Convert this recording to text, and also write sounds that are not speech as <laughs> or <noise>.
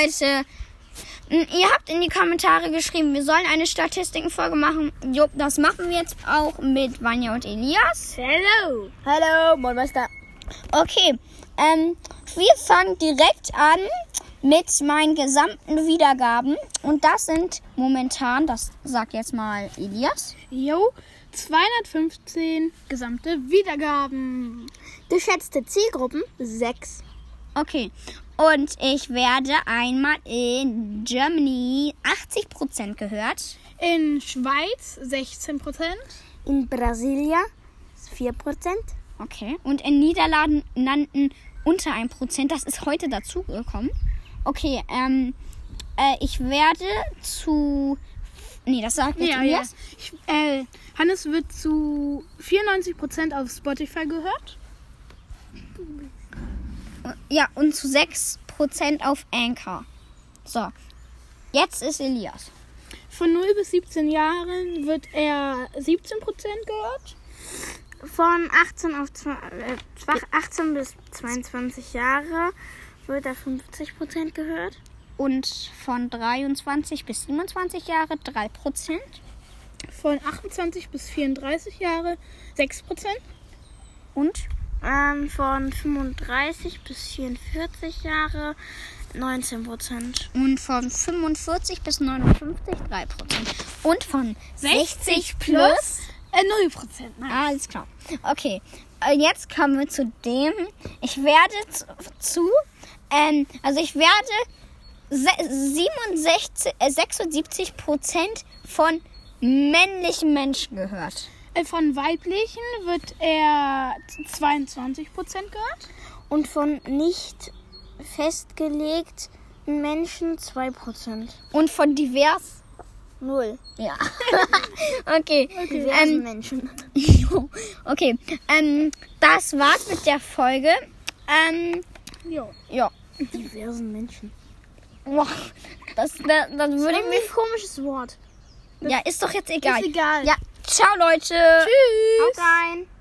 Leute. Ihr habt in die Kommentare geschrieben, wir sollen eine Statistikenfolge machen. Jo, das machen wir jetzt auch mit Vanja und Elias. Hello. Hallo, Moin Meister. Okay, ähm, wir fangen direkt an mit meinen gesamten Wiedergaben. Und das sind momentan, das sagt jetzt mal Elias. Jo, 215 gesamte Wiedergaben. Geschätzte Zielgruppen 6. Okay, und ich werde einmal in Germany 80% gehört. In Schweiz 16%. In Brasilia 4%. Okay, und in Niederlanden unter 1%. Das ist heute dazugekommen. Okay, ähm, äh, ich werde zu. Nee, das sagt nicht Ja, ja. Elias. Ich, äh, Hannes wird zu 94% auf Spotify gehört. Ja, und zu 6% auf Anchor. So, jetzt ist Elias. Von 0 bis 17 Jahren wird er 17% gehört. Von 18, auf, zwa- äh, zwa- 18 bis 22 Jahre wird er 50% gehört. Und von 23 bis 27 Jahre 3%. Von 28 bis 34 Jahre 6%. Und Ähm, von 35 bis 44 Jahre 19%. Und von 45 bis 59 3%. Und von 60 plus. Äh, 0%. Nein. Alles klar. Okay. Äh, Jetzt kommen wir zu dem. Ich werde zu. zu ähm, also ich werde se- 67, äh, 76 Prozent von männlichen Menschen gehört. Äh, von weiblichen wird er zu 22% gehört. Und von nicht festgelegten Menschen 2%. Und von divers. Null. Ja. <laughs> okay. Diversen Ähm, Menschen. Jo. <laughs> Okay. Ähm, das war's mit der Folge. Ähm, <laughs> Jo. ja. Diversen Menschen. Boah, das, das, das würde ich mir. ein komisches Wort. Ja, ist doch jetzt egal. egal. Ja. Ciao, Leute. Haut Tschüss. rein.